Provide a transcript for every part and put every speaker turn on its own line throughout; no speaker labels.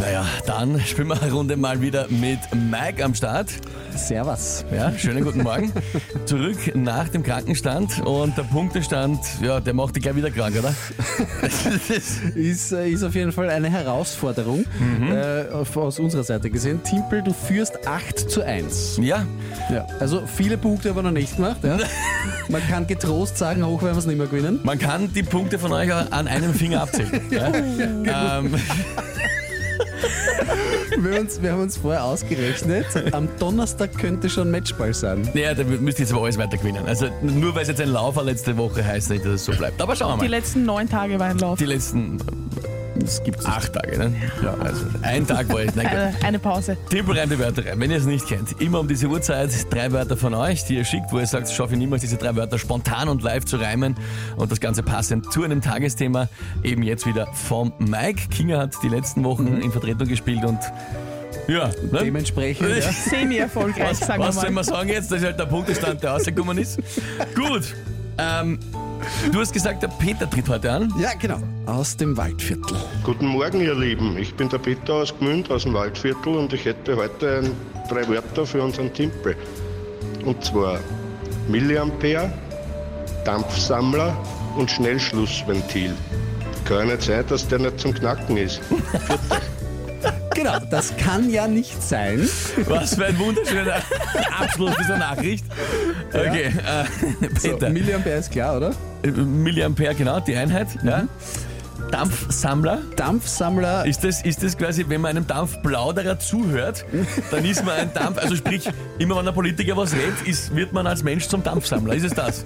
Naja, dann spielen wir eine Runde mal wieder mit Mike am Start.
Servus.
Ja, schönen guten Morgen. Zurück nach dem Krankenstand und der Punktestand, ja, der macht dich gleich wieder krank, oder?
Ist, äh, ist auf jeden Fall eine Herausforderung äh, auf- aus unserer Seite gesehen. Timpel, du führst 8 zu 1.
Ja,
Ja. Also viele Punkte aber noch nicht gemacht. Ja. Man kann getrost sagen, hoch werden wir es nicht mehr gewinnen.
man kann die Punkte von euch an einem Finger abzählen. ja? ähm,
Wir, uns, wir haben uns vorher ausgerechnet, am Donnerstag könnte schon Matchball sein.
naja, da müsst ihr jetzt aber alles weiter gewinnen. Also nur weil es jetzt ein Laufer letzte Woche heißt nicht, dass es so bleibt. Aber schauen
Die
wir mal.
letzten neun Tage war ein Lauf.
Die letzten äh,
Das gibt's nicht.
acht Tage, ne? Ja, also ein Tag war ich. Nein, gut.
Eine, Äh, eine Pause.
Tippel rein die Wörter rein. Wenn ihr es nicht kennt, immer um diese Uhrzeit drei Wörter von euch, die ihr schickt, wo ihr sagt, schaffe ich niemals, diese drei Wörter spontan und live zu reimen und das Ganze passend zu einem Tagesthema. Eben jetzt wieder vom Mike. Kinger hat die letzten Wochen in Vertretung gespielt und ja, ne?
Mhm. Dementsprechend, ja.
Semi-erfolgreich,
was,
sagen wir
was
mal.
soll man sagen jetzt? Das ist halt der Punktestand, der rausgekommen ist. Gut, ähm, du hast gesagt, der Peter tritt heute an.
Ja, genau. Aus dem Waldviertel.
Guten Morgen, ihr Lieben. Ich bin der Peter aus Gmünd, aus dem Waldviertel und ich hätte heute ein, drei Wörter für unseren Timpel. Und zwar Milliampere, Dampfsammler und Schnellschlussventil. Kann ja nicht sein, dass der nicht zum Knacken ist.
Genau, das kann ja nicht sein. Also,
Was für ein wunderschöner Abschluss dieser Nachricht. Okay, äh,
So,
Peter.
Milliampere ist klar, oder?
Äh, Milliampere, genau, die Einheit. Ja. Dampfsammler.
Dampfsammler
Ist das, ist das quasi, wenn man einem Dampfplauderer zuhört, dann ist man ein Dampf, also sprich, immer wenn der Politiker was redet, ist, wird man als Mensch zum Dampfsammler. Ist es das?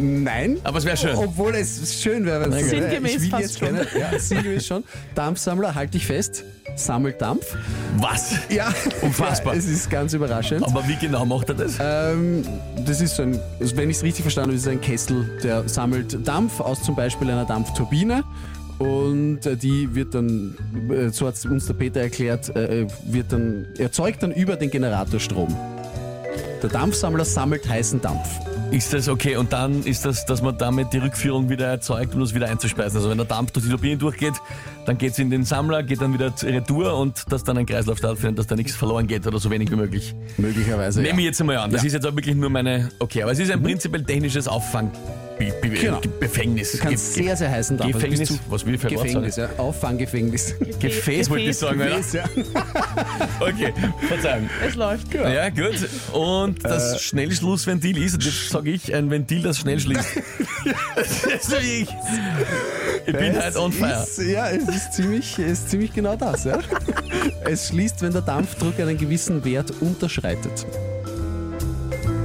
Nein.
Aber es wär schön.
Obwohl es schön wäre, wenn es
Sinngemäß
ich will
fast
jetzt
schon.
Keine, ja, sinngemäß schon. Dampfsammler, halt dich fest, sammelt Dampf.
Was?
Ja,
Unfassbar.
Ja, es ist ganz überraschend.
Aber wie genau macht er das?
Ähm, das ist so ein, also wenn ich es richtig verstanden habe, ist es ein Kessel, der sammelt Dampf aus zum Beispiel einer Dampfturbine. Und äh, die wird dann, äh, so hat uns der Peter erklärt, äh, wird dann, erzeugt dann über den Generator Strom. Der Dampfsammler sammelt heißen Dampf.
Ist das okay? Und dann ist das, dass man damit die Rückführung wieder erzeugt, um das wieder einzuspeisen. Also wenn der Dampf durch die Turbine durchgeht, dann geht es in den Sammler, geht dann wieder zur Retour und dass dann ein Kreislauf stattfindet, dass da nichts verloren geht oder so wenig wie möglich.
Möglicherweise.
Nehme ich jetzt einmal an. Das
Ja. Mhm.
ist jetzt auch wirklich nur meine. Okay, aber es ist ein prinzipiell technisches Auffangbefängnis.
Genau.
Gefängnis.
Du kannst
Ge-
sehr, sehr heißen Dampf. also bis
Gefängnis.
zu
Was will ich für ein Wort
Gefängnis,
sagen?
ja. Auffanggefängnis.
Gefäß wollte ich sagen, oder?
Gefäß, ja.
Okay, verzeihung.
Es läuft.
Ja, gut. Und das
Äh.
Schnellschlussventil ist, das sage ich, ein Ventil, das schnell schließt. das bin ich. Ich bin
Es
halt on fire.
Ist, ja, es ist ziemlich, es ist ziemlich genau das. Ja. es schließt, wenn der Dampfdruck einen gewissen Wert unterschreitet.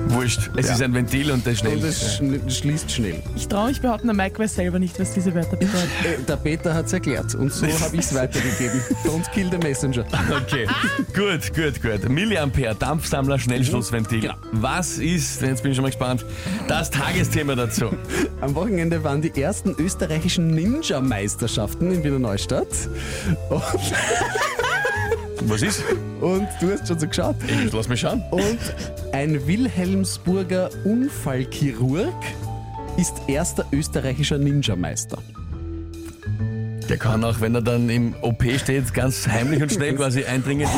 Wurscht. Es
Ja.
ist ein Ventil und das schnell.
Und äh, es schn schließt schnell.
Ich traue mich behaupten, der Mike weiß selber nicht, was diese Wörter bedeuten.
Äh, Der Peter hat es erklärt und so habe ich es weitergegeben. Don't kill the messenger.
Okay, gut, gut, gut. Milliampere, Dampfsammler, Schnellschlussventil.
Genau.
Was ist, jetzt bin ich schon mal gespannt, das Tagesthema dazu?
Am Wochenende waren die ersten österreichischen Ninja-Meisterschaften in Wiener Neustadt. Und,
Was ist?
und du hast schon so geschaut.
Ich lass mich schauen.
Und ein Wilhelmsburger Unfallchirurg ist erster österreichischer Ninja-Meister.
Der kann auch, wenn er dann im OP steht, ganz heimlich und schnell quasi eindringen.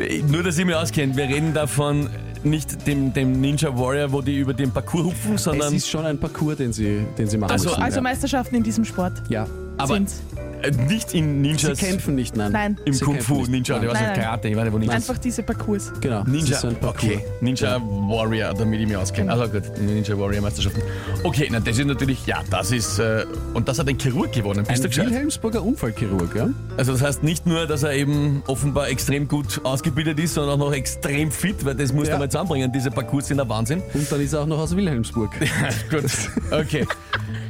In, nur, dass ihr mir auskennt, wir reden davon nicht dem, dem Ninja Warrior, wo die über den Parcours hupfen,
Es
sondern.
ist schon ein Parcours, den sie, den sie machen
Also-
müssen.
Also
ja.
Meisterschaften in diesem Sport
ja.
aber
sind's.
äh, nicht in
Sie
Ninjas.
kämpfen nicht, nein.
Nein,
Im
sie
Kung
kämpfen
Fu
nicht.
Ninja, der war so
Nein, nein.
Karate, ich weiß nicht, wo Ninjas.
einfach diese Parcours.
Genau. es
Ninja,
Ist so ein Parcours.
okay. Ninja Warrior, damit ich mich auskenne. Also gut, Ninja Warrior Meisterschaften. Okay, na das ist natürlich, ja, das ist, äh, und das hat ein Chirurg gewonnen. Bist du
Ein
gescheit?
Wilhelmsburger Unfallchirurg, ja?
Also das heißt nicht nur, dass er eben offenbar extrem gut ausgebildet ist, sondern auch noch extrem fit, weil das musst
Ja.
du mal zusammenbringen. Diese Parcours sind der Wahnsinn.
Und dann ist er auch noch aus Wilhelmsburg.
gut, okay.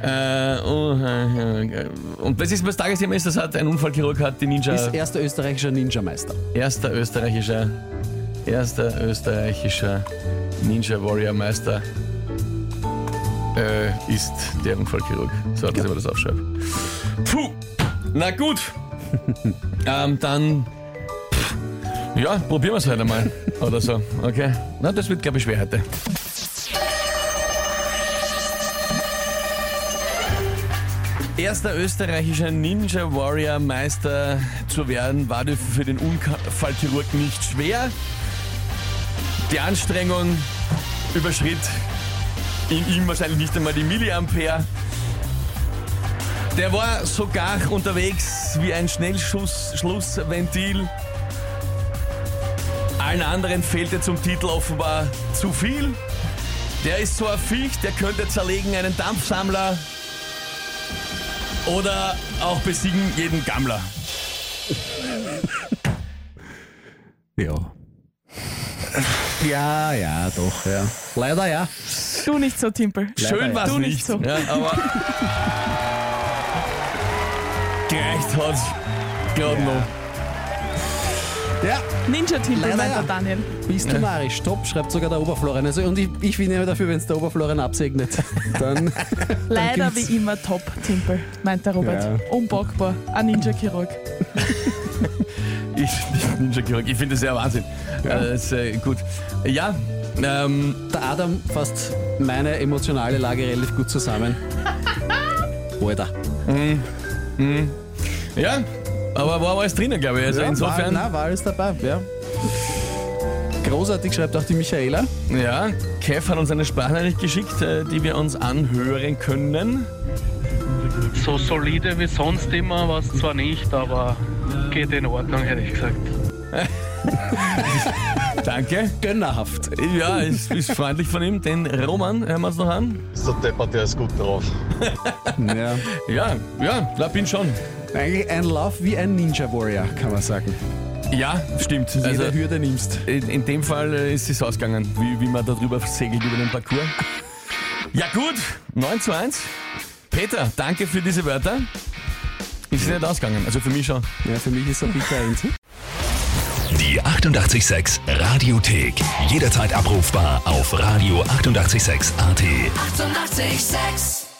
äh, oh, äh, äh, und was ist, was Tagesthema ist, das hat ein Unfallchirurg, hat die Ninja...
Ist erster österreichischer Ninja-Meister.
Erster österreichischer, erster österreichischer Ninja Warrior Meister äh, ist der Unfallchirurg. So, dass ich mir das aufschreibe. Puh, na gut. ähm, dann, pff, ja, probieren wir es heute mal. Oder so, okay. Na, das wird, glaube ich, schwer heute. Erster österreichischer Ninja Warrior Meister zu werden, war für den Unfallchirurg nicht schwer. Die Anstrengung überschritt in ihm wahrscheinlich nicht einmal die Milliampere. Der war sogar unterwegs wie ein Schnellschuss-Schlussventil. Allen anderen fehlte zum Titel offenbar zu viel. Der ist so ein Viech, der könnte zerlegen einen Dampfsammler oder auch besiegen jeden Gammler.
Ja. Ja, ja, doch, ja. Leider ja.
Du nicht so, Timpel.
Schön war's
Du nicht
nicht.
so.
Ja, aber gereicht hat's. Glaub noch.
Ja,
Ninja-Timpel,
Leider
meint
ja.
der Daniel.
bist du narisch. Top, schreibt sogar der Oberflorian. Also, und ich, ich bin ja dafür, wenn es der Oberflorian absegnet. Dann.
Leider
gibt's-
wie immer Top-Timpel, meint der Robert.
Ja.
Unbockbar, ein Ninja-Chirurg.
Ich, ich bin schon geruhig. Ich finde das ja Wahnsinn. Äh, ist, äh, gut. Ja, ähm,
Der Adam fasst meine emotionale Lage relativ gut zusammen. Alter.
ja, aber war alles drinnen, glaube ich. Also insofern,
War, na, war alles dabei, ja. Großartig schreibt auch die Michaela.
ja, Kev hat uns eine Sprachnachricht geschickt, äh, die wir uns anhören können.
So solide wie sonst immer war es zwar nicht, aber geht in Ordnung, hätte ich gesagt.
Danke.
Gönnerhaft.
Ja, ist, ist freundlich von ihm. Den Roman hören wir uns noch an.
Ist der Deppert, der ist gut drauf.
Ja.
Ja, ja, da bin schon.
Eigentlich ein Lauf wie ein Ninja Warrior, kann man sagen.
Ja, stimmt.
Jede
Also
Hürde nimmst.
in, in dem Fall äh, ist es ausgegangen, wie, wie man da drüber segelt über den Parcours. Ja gut, 9 zu 1. Peter, danke für diese Wörter. Ist nicht ausgegangen, also für mich schon.
Ja, für mich ist er bitter ein.
Die 886 Radiothek. Jederzeit abrufbar auf radio886.at. 886!
886